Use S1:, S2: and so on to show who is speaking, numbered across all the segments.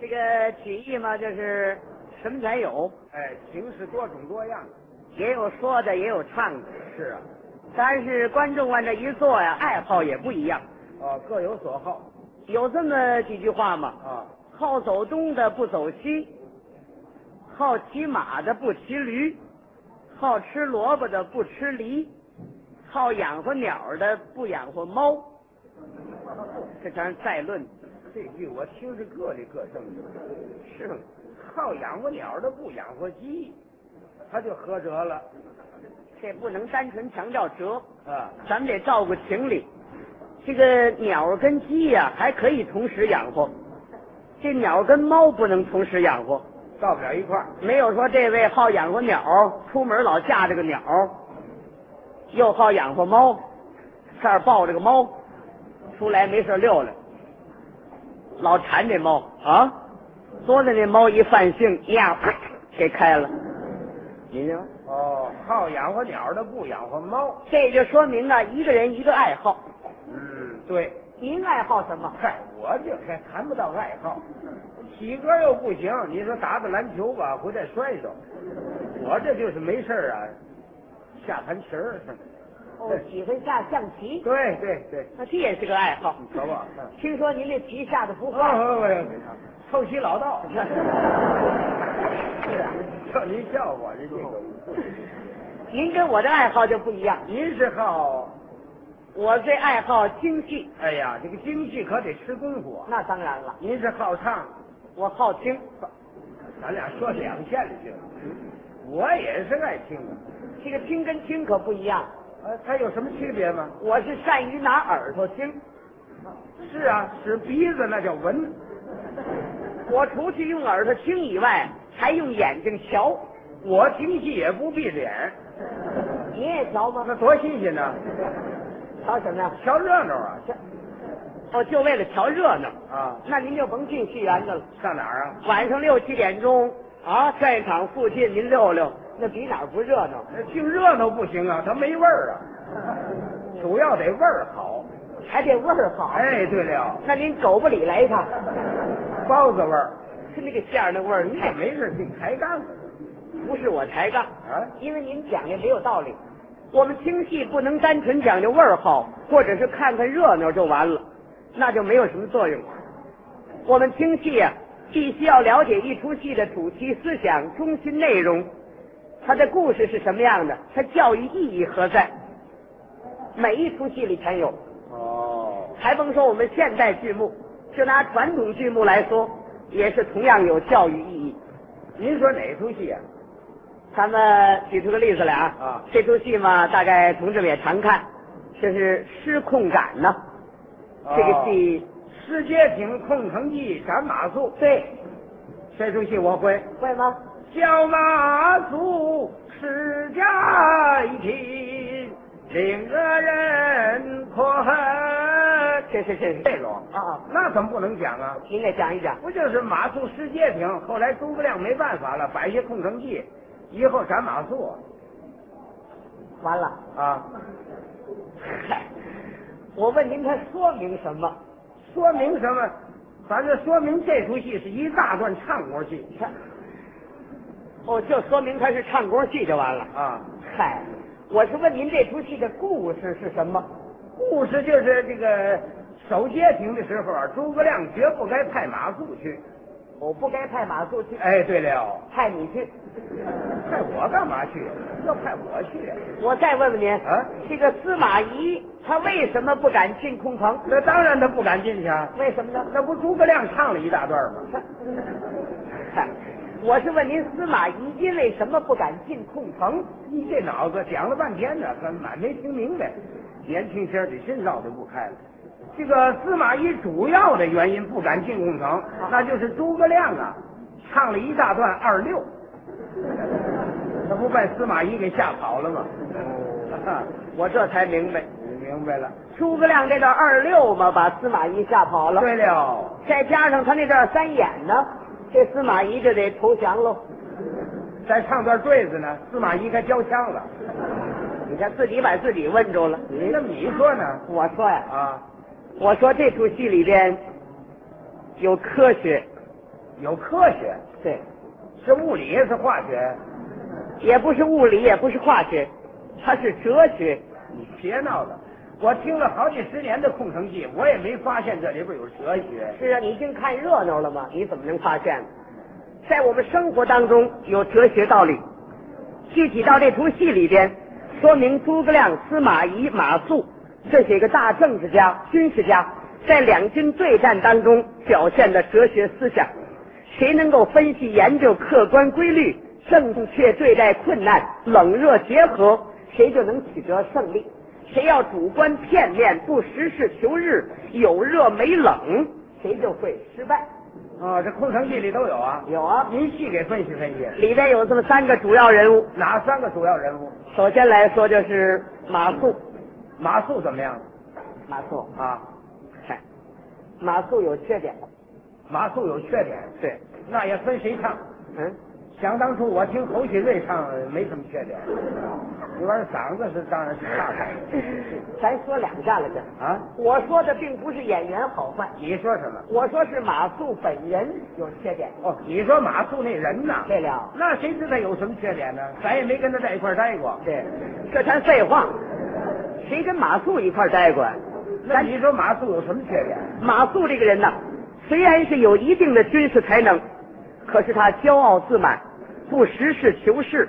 S1: 这个曲艺嘛，就是什么咱有，
S2: 哎，形式多种多样。
S1: 也有说的，也有唱的。
S2: 是啊，
S1: 但是观众往这一坐呀，爱好也不一样。
S2: 哦，各有所好
S1: 有这么几句话嘛，
S2: 啊。
S1: 好走东的不走西，好骑马的不骑驴，好吃萝卜的不吃梨，好养活鸟的不养活猫。这叫人再论，
S2: 这句我听着个里个正的，
S1: 是吗？
S2: 好养活鸟的不养活鸡，他就合辙了
S1: 这不能单纯强调折，
S2: 啊。
S1: 咱们得照顾情理。这个鸟跟鸡呀、还可以同时养活，这鸟跟猫不能同时养活。
S2: 到不了一块儿，
S1: 没有说这位好养活鸟，出门老架着个鸟，又好养活猫，这儿抱着个猫，出来没事溜溜，老馋这猫啊。昨天那猫一犯性，呀，啪给开了。你呢？
S2: 哦，好养活鸟的不养活猫。
S1: 这就说明啊，一个人一个爱好。
S2: 嗯，对。
S1: 您爱好什么？
S2: 嗨，我这还谈不到爱好，体格又不行，你说打打篮球吧，回来摔着。我这就是没事儿啊，下盘棋儿。
S1: 哦，喜欢下象棋，
S2: 对对对，
S1: 那这也是个爱好。
S2: 可不。嗯
S1: 听说您这棋下的不
S2: 不
S1: 坏，
S2: 不不，臭棋啊老道。哎叫您笑话，您这个。
S1: 您跟我的爱好就不一样。
S2: 您是好，
S1: 我这爱好京剧，
S2: 哎呀，这个京剧可得吃功夫啊。
S1: 那当然了，
S2: 您是好唱，哎
S1: 我好听。
S2: 咱俩说两件了去了。我也是爱听的，
S1: 这个听跟听可不一样，
S2: 呃，它有什么区别吗？
S1: 我是善于拿耳朵听，
S2: 是啊，使鼻子那叫闻。
S1: 我除去用耳朵听以外，还用眼睛瞧。
S2: 我听戏也不闭着眼，
S1: 您也瞧吗？
S2: 那多新鲜呢！
S1: 瞧什么呀？
S2: 瞧热闹啊！
S1: 哦，就为了瞧热闹。
S2: 啊，
S1: 那您就甭进戏园子了。
S2: 上哪儿啊？
S1: 晚上六七点钟啊，战场附近您溜溜，那比哪儿不热闹？
S2: 那听热闹不行啊，它没味儿啊，主要得味儿好。
S1: 还得味儿好。
S2: 哎，对了，
S1: 那您狗不理来一趟，
S2: 包子味儿，
S1: 是那个馅儿那味儿，
S2: 你也
S1: 太
S2: 没事净抬杠
S1: 不是我抬杠。
S2: 啊？
S1: 因为您讲的也有道理。我们听戏不能单纯讲究味儿好，或者是看看热闹就完了，那就没有什么作用。我们听戏啊，必须要了解一出戏的主题思想、中心内容，它的故事是什么样的，它教育意义何在。每一出戏里全有，
S2: 哦，
S1: 还甭说我们现代剧目，就拿传统剧目来说，也是同样有教育意义。
S2: 您说哪出戏啊？
S1: 咱们举出个例子来啊，
S2: 啊
S1: 这出戏嘛，大概同志们也常看，就是《失控感》呢。
S2: 哦
S1: 这个
S2: 《
S1: 戏，
S2: 失街亭空城计斩马谡》
S1: 对，
S2: 这出戏我会。
S1: 会吗？
S2: 小马谡是家一品，领个人阔恨。
S1: 是是是
S2: 这种
S1: 啊，
S2: 那怎么不能讲啊？
S1: 您给讲一讲。
S2: 不就是马谡失街亭？后来诸葛亮没办法了，摆下空城计，以后斩马谡
S1: 完了，
S2: 啊，
S1: 嗨，我问您，他说明什么？
S2: 说明什么？咱这说明这出戏是一大段唱国戏
S1: 哦，就说明他是唱功戏就完了。
S2: 啊。
S1: 嗨，我是问您这出戏的故事是什么？
S2: 故事就是这个守街亭的时候啊，诸葛亮绝不该派马谡去。
S1: 我不该派马谡去，
S2: 哎，对了。
S1: 派你去。
S2: 派我干嘛去？要派我去呀？
S1: 我再问问您，
S2: 啊
S1: 这个司马懿他为什么不敢进空城？
S2: 那当然他不敢进去啊！
S1: 为什么呢？
S2: 那不诸葛亮唱了一大段吗？
S1: 我是问您，司马懿因为什么不敢进空城？
S2: 你这脑子讲了半天呢，咱满没听明白。年轻些儿的真绕得不开了。这个司马懿主要的原因不敢进贡城，那就是诸葛亮啊，唱了一大段二六，那不把司马懿给吓跑了吗？
S1: 我这才明白，
S2: 明白了。
S1: 诸葛亮这段二六嘛，把司马懿吓跑了。
S2: 对了，
S1: 再加上他那段三眼呢，这司马懿就得投降喽。
S2: 再唱段坠子呢，司马懿该交枪了。
S1: 你看自己把自己问住了。
S2: 那么你说呢？
S1: 我说呀，
S2: 啊，
S1: 我说这出戏里边有科学，
S2: 有科学，
S1: 对，
S2: 是物理是化学？
S1: 也不是物理，也不是化学，它是哲学。
S2: 你别闹了，我听了好几十年的空城计，我也没发现这里边有哲学。
S1: 是啊，你净看热闹了吗？你怎么能发现呢？在我们生活当中有哲学道理，具体到这出戏里边，说明诸葛亮、司马懿、马谡这几个大政治家、军事家在两军对战当中表现的哲学思想。谁能够分析研究客观规律，正确对待困难，冷热结合，谁就能取得胜利。谁要主观片面，不实事求是，有热没冷，谁就会失败。
S2: 哦，这空城计里都有啊。
S1: 有啊，
S2: 您细给分析分析，
S1: 里边有这么三个主要人物。
S2: 哪三个主要人物？
S1: 首先来说就是马谡，
S2: 马谡怎么样
S1: 马谡，
S2: 啊？
S1: 嗨，马谡有缺点，
S2: 马谡有缺点，
S1: 对，
S2: 那也分谁唱。
S1: 嗯，
S2: 想当初我听侯喜瑞唱没什么缺点，你玩嗓子是当然是差点
S1: 咱说两下来着。
S2: 啊。
S1: 我说的并不是演员好坏，
S2: 你说什么？
S1: 我说是马谡本人有缺点。
S2: 哦，你说马谡那人呐，
S1: 这了，
S2: 那谁知道有什么缺点呢？咱也没跟他在一块儿待过。
S1: 对，这全废话，谁跟马谡一块儿待过呀？
S2: 那你说马谡有什么缺点？
S1: 马谡这个人呐，虽然是有一定的军事才能，可是他骄傲自满，不实事求是，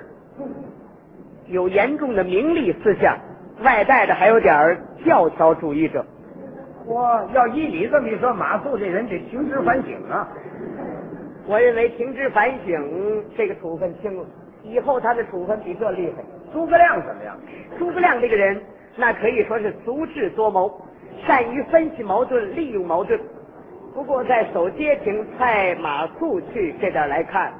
S1: 有严重的名利思想，外带的还有点儿教条主义者。
S2: 我要依你这么一说，马谡这人得停职反省啊。
S1: 我认为停职反省这个处分轻了，以后他的处分比这厉害。
S2: 诸葛亮怎么样？
S1: 诸葛亮这个人，那可以说是足智多谋，善于分析矛盾，利用矛盾。不过在守街亭派马谡去这点来看，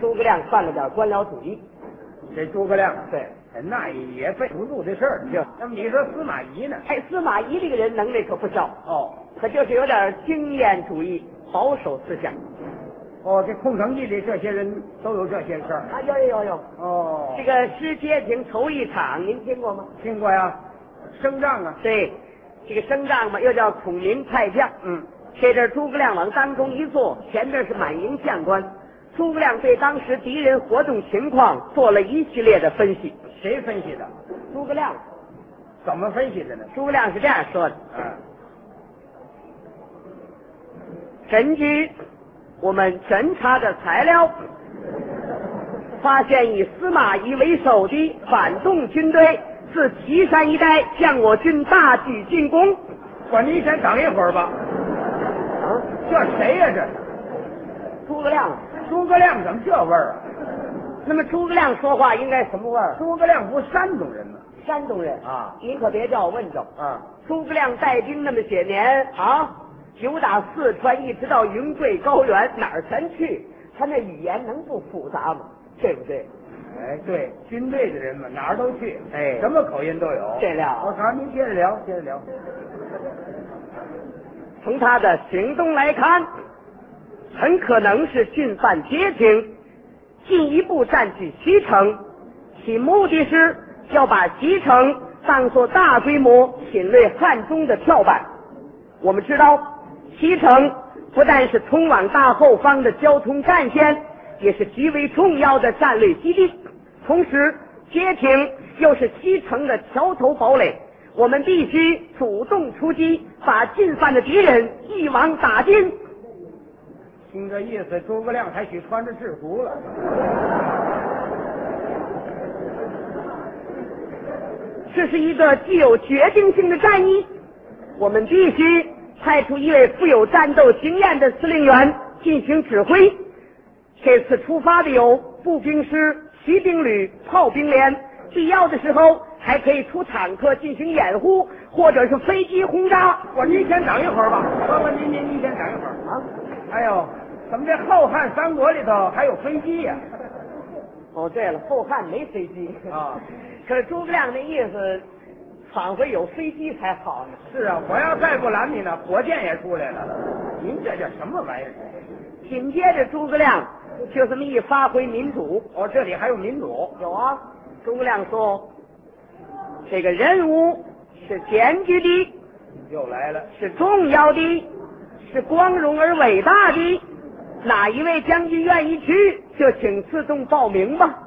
S1: 诸葛亮犯了点官僚主义。
S2: 这诸葛亮
S1: 对，
S2: 那也背不住这事儿。
S1: 就
S2: 那么你说司马懿呢？
S1: 哎，司马懿这个人能力可不小，
S2: 哦
S1: 可就是有点经验主义、保守思想。
S2: 哦，这空城计里这些人都有这些事儿。
S1: 啊，有有有有，
S2: 哦
S1: 这个失街亭头一场您听过吗？
S2: 听过呀，升帐啊，
S1: 对，这个升帐嘛，又叫孔明派将。
S2: 嗯，
S1: 这阵儿诸葛亮往当中一坐，前面是满营将官。诸葛亮对当时敌人活动情况做了一系列的分析。
S2: 谁分析的？
S1: 诸葛亮，
S2: 怎么分析的呢？
S1: 诸葛亮是这样说的：
S2: 啊，
S1: 根据我们侦查的材料，发现以司马懿为首的反动军队自岐山一带向我军大举进攻。
S2: 我你先等一会儿吧。
S1: 啊，
S2: 这谁呀、这是？
S1: 诸葛亮。
S2: 诸葛亮怎么这味儿啊？
S1: 那么诸葛亮说话应该什么味儿？
S2: 诸葛亮不是山东人吗？
S1: 山东人
S2: 啊
S1: 您可别叫我问着。
S2: 啊，
S1: 诸葛亮带兵那么些年啊，由打四川一直到云贵高原，哪儿全去，他那语言能不复杂吗？对不对？
S2: 哎，对，军队的人嘛，哪儿都去，
S1: 哎
S2: 什么口音都有。
S1: 这料
S2: 我好，您接着聊，接着聊。
S1: 从他的行动来看，很可能是进犯街亭，进一步占据西城，其目的是要把西城当作大规模侵略汉中的跳板。我们知道，西城不但是通往大后方的交通战线，也是极为重要的战略基地。同时，街亭又是西城的桥头堡垒，我们必须主动出击，把进犯的敌人一网打尽。
S2: 听这意思，诸葛亮还许穿着制服了。
S1: 这是一个具有决定性的战役，我们必须派出一位富有战斗经验的司令员进行指挥。这次出发的有步兵师、骑兵旅、炮兵连，必要的时候还可以出坦克进行掩护，或者是飞机轰炸。
S2: 我您先等一会
S1: 啊
S2: 儿吧。说吧，您您您先等一会儿啊。哎呦，怎么这后汉三国里头还有飞机呀、
S1: 哦，对了，后汉没飞机
S2: 啊
S1: 可是诸葛亮那意思，返回有飞机才好呢。
S2: 是啊，我要再不拦你呢，火箭也出来了。您这叫什么玩意儿？
S1: 紧接着诸葛亮就这么一发挥民主，
S2: 哦，这里还有民主。
S1: 有啊，诸葛亮说，这个任务是艰巨的，
S2: 又来了，
S1: 是重要的，是光荣而伟大的，哪一位将军愿意去，就请自动报名吧。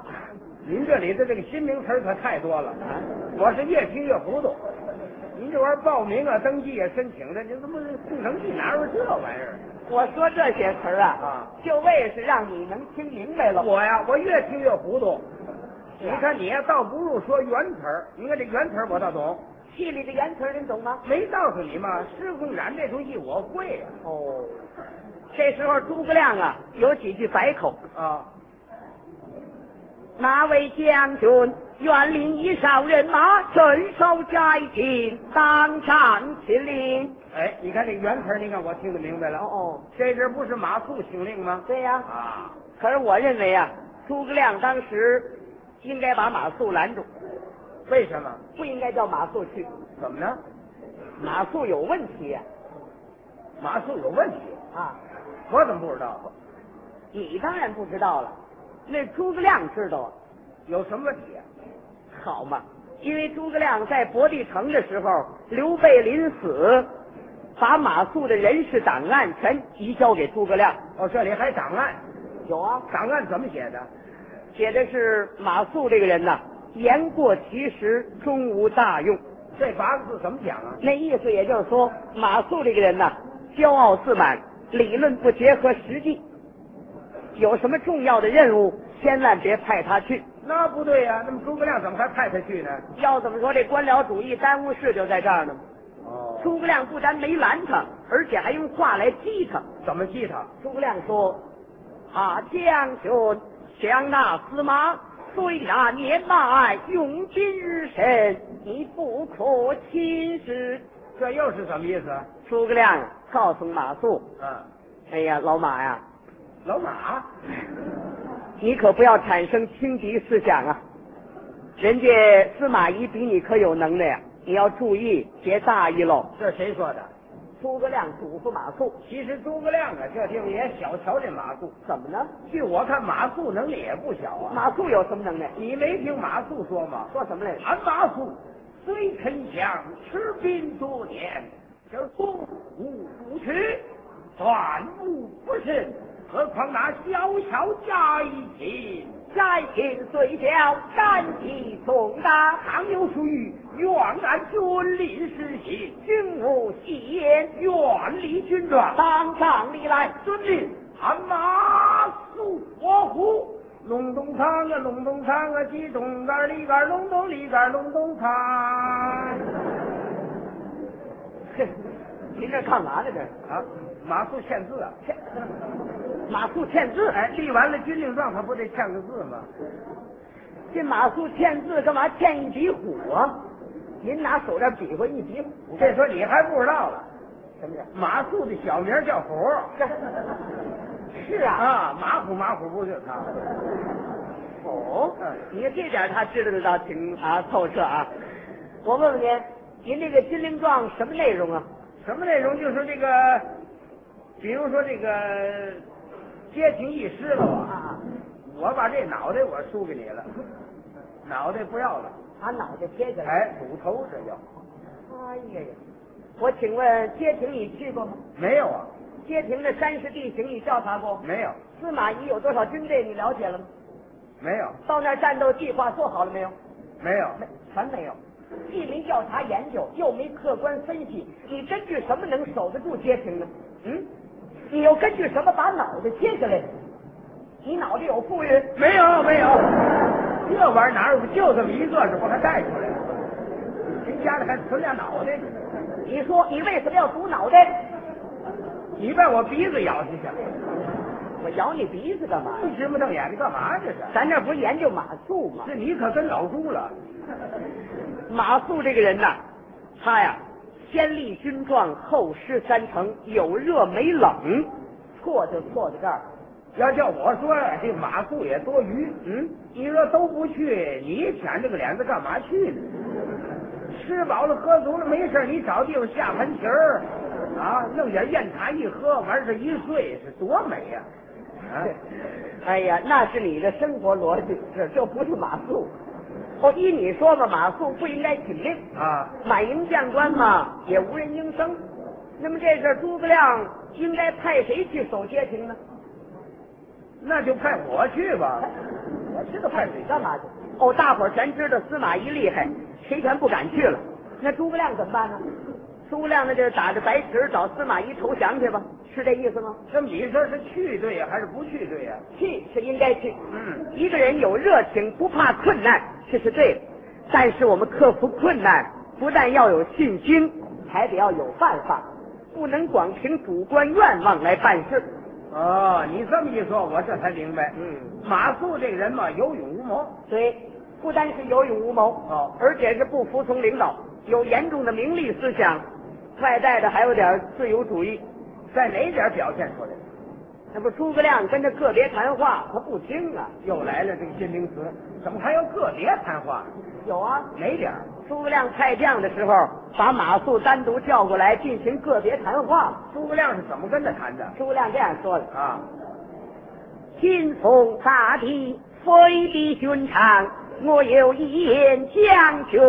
S2: 您这里的这个新名词儿可太多了，
S1: 啊
S2: 我是越听越糊涂。您这玩意儿报名啊、登记啊、申请的，您怎么空城计哪有这玩意儿？
S1: 我说这些词儿啊，
S2: 啊
S1: 就为是让你能听明白了。
S2: 我呀，我越听越糊涂。
S1: 哎是
S2: 你
S1: 啊
S2: 看你呀，倒不如说原词儿。你看这原词儿我倒懂，
S1: 戏里的原词儿您懂吗？
S2: 没告诉你吗？施凤然这出戏我会呀、
S1: 哦，这时候诸葛亮啊有几句白口：
S2: 啊。
S1: 哪位将军愿领一哨人马，镇守寨前，当场秦令。
S2: 哎，你看这原词儿，你看我听得明白了。
S1: 哦哦，
S2: 这阵儿不是马谡请令吗？
S1: 对呀、
S2: 啊，
S1: 可是我认为啊，诸葛亮当时应该把马谡拦住，
S2: 为什么？
S1: 不应该叫马谡去。
S2: 怎么呢？
S1: 马谡有问题呀、
S2: 马谡有问题，
S1: 啊！
S2: 我怎么不知道？
S1: 你当然不知道了，那诸葛亮知道啊，
S2: 有什么问题啊？
S1: 好嘛。因为诸葛亮在博地城的时候，刘备临死，把马谡的人事档案全移交给诸葛亮。
S2: 哦，这里还档案，
S1: 有啊，
S2: 档案怎么写的？
S1: 写的是马谡这个人呐，言过其实，终无大用。
S2: 这八个字怎么讲啊？
S1: 那意思也就是说，马谡这个人呐，骄傲自满，理论不结合实际。有什么重要的任务，千万别派他去。
S2: 那不对呀、那么诸葛亮怎么还派他去呢？
S1: 要怎么说这官僚主义耽误事就在这儿呢？
S2: 哦，
S1: 诸葛亮不但没拦他，而且还用话来激他。
S2: 怎么记他？
S1: 诸葛亮说：“啊，将军，想那司马虽然年迈，用兵日深，你不可轻视。
S2: 这又是什么意思？”
S1: 诸葛亮告诉马谡
S2: 啊，：“
S1: 哎呀，老马呀，
S2: 老马，
S1: 你可不要产生轻敌思想啊！人家司马懿比你可有能耐呀、你要注意，别大意喽。
S2: 这谁说的？”
S1: 诸葛亮嘱咐马谡
S2: 其实诸葛亮啊，这地方也小瞧这马谡。：“
S1: 怎么呢？
S2: 据我看，马谡能力也不小啊。
S1: 马谡有什么能耐？
S2: 你没听马谡说吗？
S1: 说什么来着？
S2: 俺马谡虽沉降，吃兵多年，这攻无不屈，断无不胜，何况那小小家一起，
S1: 灾情虽小，战绩重大。
S2: 倘有疏虞，愿俺军令施行，
S1: 君无戏言，
S2: 愿离军状，
S1: 当上立来。
S2: 遵令。俺马谡我虎。隆咚锵啊，隆咚锵啊，鸡咚杆儿里杆儿，隆咚里杆儿，隆咚锵。
S1: 嘿，您这干嘛呢？这
S2: 啊，马谡签字啊！
S1: 马谡签字，
S2: 哎，立完了军令状，他不得签个字吗？
S1: 这马谡签字干嘛欠一笔虎啊？您拿手这比划一笔虎，
S2: 这时候你还不知道了，
S1: 什么
S2: 马谡的小名叫虎
S1: 这？是啊，
S2: 啊，马虎马虎不是他。
S1: 虎
S2: 嗯
S1: 你看这点他知道的倒挺啊透彻啊。我问问您，您这个金陵状什么内容啊？
S2: 什么内容？就是这个，比如说这个街情一失了啊，
S1: 啊
S2: 我把这脑袋我输给你了，脑袋不要了，
S1: 把脑袋贴起来。
S2: 哎，骨头这要
S1: 哎呀呀！我请问街亭你去过吗？
S2: 没有啊？
S1: 街亭的山势地形你调查过吗？
S2: 没有，
S1: 司马懿有多少军队你了解了吗？
S2: 没有，
S1: 到那儿战斗计划做好了没有？
S2: 没有，
S1: 没，全没有。既没调查研究，又没客观分析，你根据什么能守得住街亭呢？嗯，你又根据什么把脑袋切下来？你脑袋有富裕？
S2: 没有，没有，这玩意儿哪有？就这么一个，这不还带出来了吗？您家里还存俩脑袋呢，
S1: 你说你为什么要堵脑袋？
S2: 你把我鼻子咬下去了，
S1: 我咬你鼻子干嘛
S2: 不直不瞪眼的干嘛这是？
S1: 咱这不是研究马谡吗？
S2: 这你可跟老猪了，
S1: 马谡这个人呐，他呀，先立军状，后失三城，有热没冷，错就错在这儿。
S2: 要叫我说呀，这马谡也多余。
S1: 嗯，
S2: 你说都不去，你舔这个脸子干嘛去呢？吃饱了喝足了没事儿你找地方下盘棋儿，啊，弄点酽茶一喝，完事儿一睡，是多美呀、啊！
S1: 哎呀，那是你的生活逻辑，这这不是马谡。哦，依你说吧，马谡不应该请令，
S2: 啊。
S1: 满营将官嘛，也无人应声。那么这事儿，诸葛亮应该派谁去守街亭呢？
S2: 那就派我去吧。
S1: 我知道派你干嘛去？哦，大伙儿全知道司马懿厉害，谁全不敢去了。那诸葛亮怎么办呢？诸葛亮那就是打着白旗儿找司马懿投降去吧，是这意思吗？
S2: 这么你说是去对呀、还是不去对呀、
S1: 去是应该去。
S2: 嗯，
S1: 一个人有热情，不怕困难，这是对的。但是我们克服困难，不但要有信心，还得要有办法，不能光凭主观愿望来办事。
S2: 哦，你这么一说，我这才明白。
S1: 嗯，
S2: 马谡这个人嘛，有勇无谋。
S1: 对，不单是有勇无谋，
S2: 哦
S1: 而且是不服从领导，有严重的名利思想，外带的还有点自由主义。
S2: 在哪点表现出来的？
S1: 那不诸葛亮跟他个别谈话，他不听啊。
S2: 又来了这个新名词，怎么还有个别谈话？
S1: 有啊，
S2: 哪点儿？
S1: 诸葛亮派将的时候，把马谡单独叫过来进行个别谈话。
S2: 诸葛亮是怎么跟他谈的？
S1: 诸葛亮这样说的：
S2: 啊，
S1: 今从大地，非比寻常。我有一言将军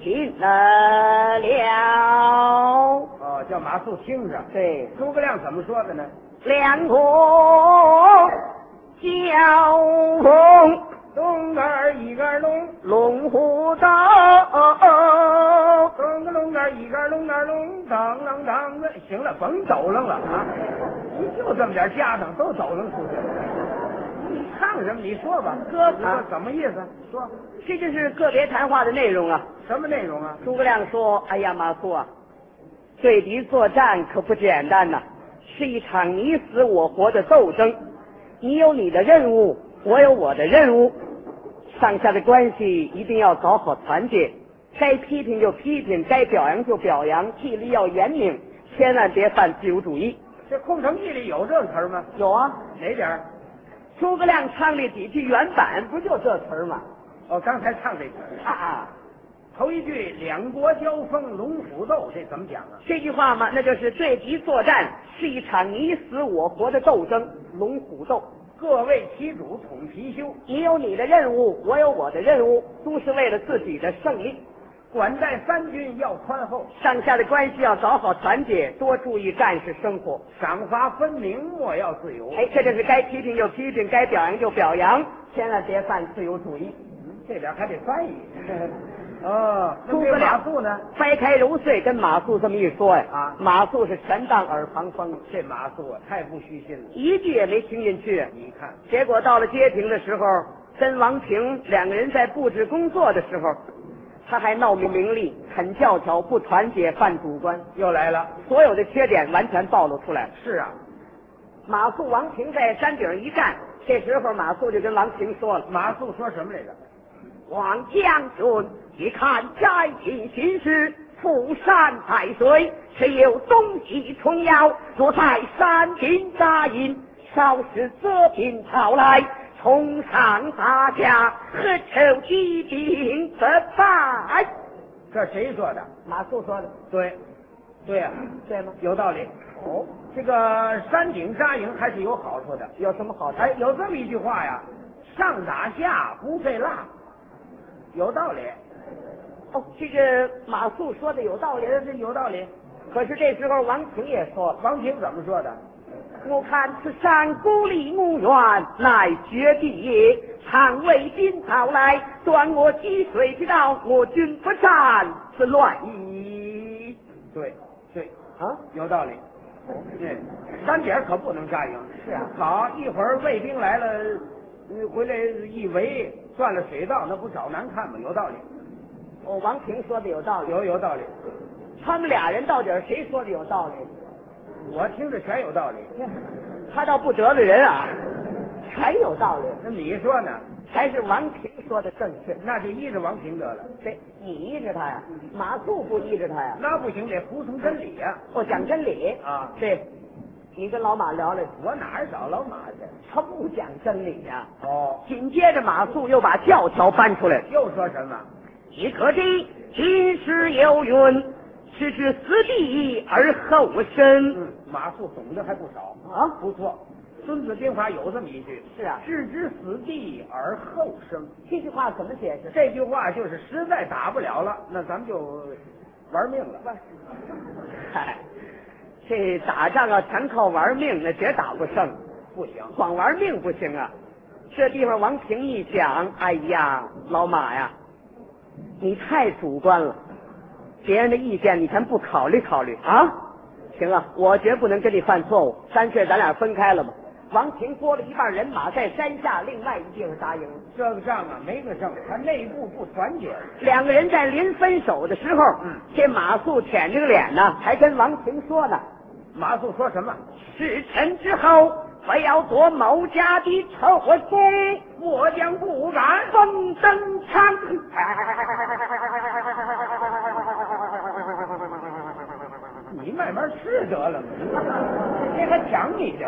S1: 听了了。
S2: 哦，叫马谡听着。
S1: 对，
S2: 诸葛亮怎么说的呢？
S1: 两国交锋，
S2: 东个儿一个儿隆，
S1: 龙虎斗。
S2: 咚个隆个儿一个儿隆个儿隆，当啷当个。行了，甭抖楞了啊！你就这么点家当都抖楞出去了。你唱什么？你说吧。
S1: 哥
S2: 你说什么意思？说
S1: 这就是个别谈话的内容啊。
S2: 什么内容啊？
S1: 诸葛亮说：“哎呀，马谡啊，对敌作战可不简单呐、是一场你死我活的斗争。你有你的任务，我有我的任务，上下的关系一定要搞好团结。该批评就批评，该表扬就表扬，纪律要严明，千万别犯自由主义。
S2: 这《空城计》里有这个词儿吗？
S1: 有啊，
S2: 哪点儿？
S1: 诸葛亮唱的几句原版不就这词儿吗？
S2: 哦，刚才唱这词儿。
S1: 啊，
S2: 头一句“两国交锋，龙虎斗”，这怎么讲啊？
S1: 这句话嘛，那就是对敌作战是一场你死我活的斗争，龙虎斗。”
S2: 各为其主，统貔貅，
S1: 你有你的任务，我有我的任务，都是为了自己的胜利。
S2: 管待三军要宽厚，
S1: 上下的关系要搞好团结，多注意战士生活。
S2: 赏罚分明，莫要自由。
S1: 哎，这就是该批评就批评，该表扬就表扬，千万别犯自由主 义。
S2: 嗯这点还得翻译。哦，那
S1: 诸
S2: 这
S1: 葛亮
S2: 马谡呢？
S1: 掰开揉碎，跟马谡这么一说呀，
S2: 啊
S1: 马谡是全当耳旁风，
S2: 这马谡啊，太不虚心了。
S1: 一句也没听进去。
S2: 你看，
S1: 结果到了街亭的时候，跟王平两个人在布置工作的时候，他还闹名利，很教条，不团结，犯主观。
S2: 又来了。
S1: 所有的缺点完全暴露出来了。
S2: 是啊，
S1: 马谡、王平在山顶上一站，这时候马谡就跟王平说了
S2: 马谡说什么来着？：“
S1: 王将军，你看在地行事，覆山排水，时有东西冲妖。若在山顶扎营，稍时则平朝来，冲上大家，喝酒一并不败。
S2: 这谁说的？”
S1: 马谡说的
S2: 对，对呀、
S1: 嗯对吗？
S2: 有道理。
S1: 哦，
S2: 这个山顶扎营还是有好处的。
S1: 有什么好
S2: 哎，有这么一句话呀，上打下不费蜡，有道理，
S1: 哦，这个马谡说的有道理。
S2: 这这有道理。
S1: 可是这时候王平也说了
S2: 王平怎么说的？：“
S1: 我看此山孤立无援，乃绝地也。常为兵讨来，断我积水之道，我军不战，此乱矣。
S2: 对对，”
S1: 啊，
S2: 有道理。哎对，山顶可不能扎营。
S1: 哦是啊
S2: 好，一会儿卫兵来了，呃回来一围，断了水道，那不找难看吗？有道理，
S1: 哦，王平说的有道理。
S2: 有有道理。
S1: 他们俩人到底是谁说的有道理？
S2: 我听着全有道理。
S1: 他倒不得罪人啊，全有道理，
S2: 那你说呢？
S1: 还是王平说的正确。
S2: 那就依着王平得了。
S1: 谁？你依着他呀？马谡不依着他呀？
S2: 那不行，得服从真理呀、
S1: 我讲真理。
S2: 啊！
S1: 对，你跟老马聊聊，
S2: 我哪儿找老马去？
S1: 他不讲真理呀、
S2: 哦，
S1: 紧接着，马谡又把教条搬出来了。
S2: 又说什么？
S1: 你可知今时有云：“是知死地而后生。
S2: 嗯，马谡懂得还不少，”
S1: 啊，
S2: 不错。《孙子兵法》有这么一句
S1: 是啊：“
S2: 置之死地而后生。
S1: 这句话怎么解” 释？
S2: 这句话就是实在打不了了，那咱们就玩命了。
S1: 啊嗨，这打仗要全靠玩命，那绝打不胜。
S2: 不行。
S1: 光玩命不行啊！这地方往平一想，哎呀，老马呀，你太主观了，别人的意见你咱不考虑考虑啊？行啊，我绝不能跟你犯错误，干脆咱俩分开了吧。王平拨了一半人马在山下，另外一地方扎营。
S2: 这个仗啊，没个胜，他内部不团结。
S1: 两个人在临分手的时候，
S2: 嗯
S1: 这马谡舔着个脸呢，还跟王平说呢
S2: 马谡说什么？：“
S1: 事成之后，非要做某家的丑活计，
S2: 我将不敢。
S1: 风登昌。
S2: 你慢慢吃得了嘛，这还讲你这？”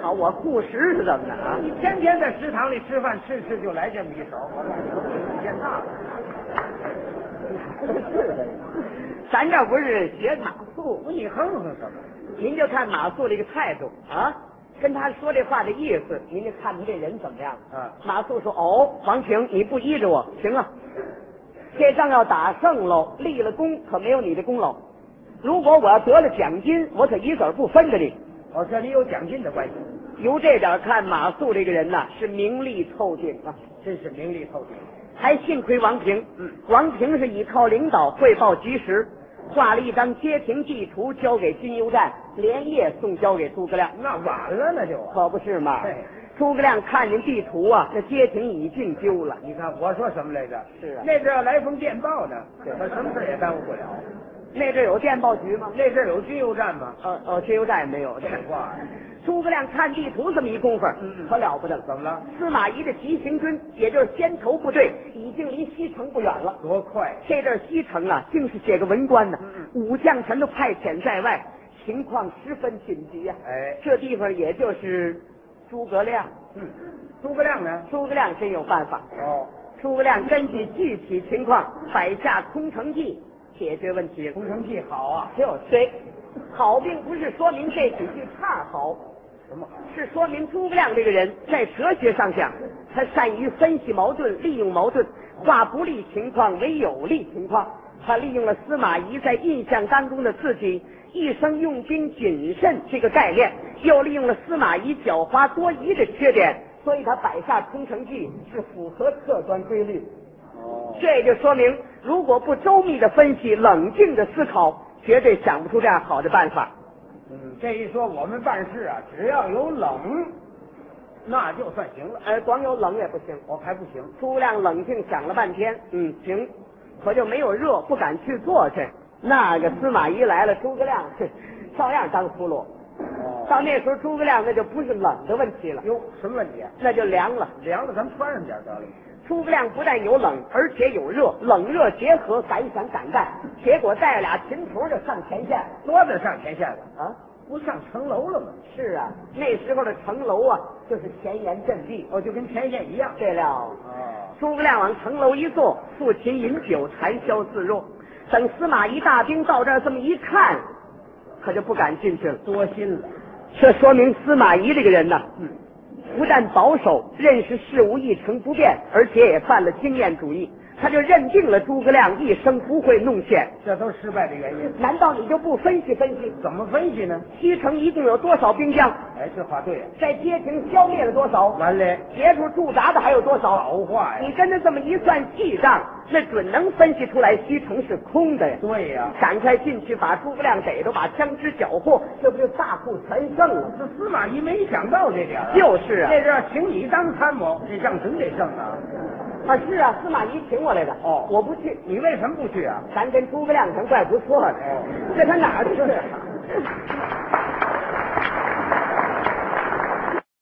S1: 好，我护食是怎么的啊？
S2: 你天天在食堂里吃饭，吃吃就来这么一手，我感觉你变大了。
S1: 咱这不是学马谡，
S2: 不，你哼哼什么？
S1: 您就看马谡这个态度啊，跟他说这话的意思，您就看他这人怎么样。
S2: 嗯
S1: 马谡说：“哦，王平，你不依着我，行啊，这仗要打胜喽，立了功，可没有你的功劳。如果我要得了奖金，我可一子儿不分给你。
S2: 哦，这里有奖金的关系，
S1: 由这点看，马谡这个人呐、是名利透顶啊。”
S2: 真是名利透顶。
S1: 还幸亏王平，王平是倚靠领导汇报及时，画了一张街亭地图交给金优站，连夜送交给诸葛亮，
S2: 那晚了，那就。啊
S1: 可不是嘛
S2: 对？
S1: 诸葛亮看见地图啊，这街亭已经丢了。
S2: 你看我说什么来着？
S1: 是啊
S2: 那阵儿要来封电报呢，他什么事儿也耽误不了。
S1: 那阵有电报局吗？
S2: 那阵儿有军邮站吗？
S1: 呃呃，金优站也没有。
S2: 废话，
S1: 诸葛亮看地图这么一功夫
S2: 嗯嗯，
S1: 可了不得了。
S2: 怎么了？
S1: 司马懿的急行军，也就是先头部队，已经离西城不远了。
S2: 多快！
S1: 这阵儿西城啊，竟是写个文官呢
S2: 嗯，
S1: 武将全都派遣在外，情况十分紧急呀、
S2: 哎
S1: 这地方也就是诸葛亮，
S2: 嗯，诸葛亮呢？
S1: 诸葛亮真有办法。
S2: 哦，
S1: 诸葛亮根据具体情况摆下空城计，解决问题。
S2: 空城计好啊，
S1: 就对，好并不是说明这几句差好，
S2: 什么好？
S1: 是说明诸葛亮这个人在哲学上讲，他善于分析矛盾，利用矛盾，化不利情况为有利情况。他利用了司马懿在印象当中的自己一生用兵谨慎这个概念，又利用了司马懿狡猾多疑的缺点，所以他摆下空城计是符合客观规律。
S2: 哦，
S1: 这也就说明，如果不周密的分析、冷静的思考，绝对想不出这样好的办法。
S2: 嗯，这一说我们办事啊，只要有冷，那就算行了。
S1: 呃，光有冷也不行。
S2: 我还不行，
S1: 诸葛亮冷静想了半天，嗯，行，可就没有热，不敢去做去。那个司马懿来了，诸葛亮哼照样当俘虏。
S2: 哦，
S1: 到那时候，诸葛亮那就不是冷的问题了，
S2: 哟，什么问题啊？
S1: 那就凉了。
S2: 凉了，咱们穿上点儿得了。
S1: 诸葛亮不但有冷，而且有热，冷热结合，敢想敢干。结果带着俩秦童就上前线
S2: 多的上前线了，
S1: 啊！
S2: 不上城楼了吗？
S1: 是啊，那时候的城楼啊，就是前沿阵地。
S2: 哦，就跟前线一样。
S1: 这料
S2: 哦，
S1: 诸葛亮往城楼一坐，父亲饮酒，谈笑自若。等司马懿大兵到这儿这么一看，可就不敢进去了。
S2: 多心了。
S1: 这说明司马懿这个人呢，
S2: 嗯，
S1: 不但保守，认识事物一成不变，而且也犯了经验主义。他就认定了诸葛亮一生不会弄险。
S2: 这都失败的原因。
S1: 难道你就不分析分析，
S2: 怎么分析呢？
S1: 西城一共有多少兵将，
S2: 哎，这话对呀、
S1: 在街亭消灭了多少，
S2: 完了，
S1: 别处驻扎的还有多少？
S2: 好话
S1: 你
S2: 呀。
S1: 跟他这么一算记账，那准能分析出来西城是空的呀。
S2: 对呀、
S1: 赶快进去把诸葛亮逮着，把枪支缴获，这不就大获全胜了？
S2: 这司马懿没想到这点儿、啊。
S1: 就是啊
S2: 这是要请你当参谋，这仗真得胜啊！
S1: 啊，是啊，司马懿请我来的。
S2: 哦
S1: 我不去，
S2: 你为什么不去啊？
S1: 咱跟诸葛亮咱怪不错的。
S2: 哦
S1: 这他哪儿去啊？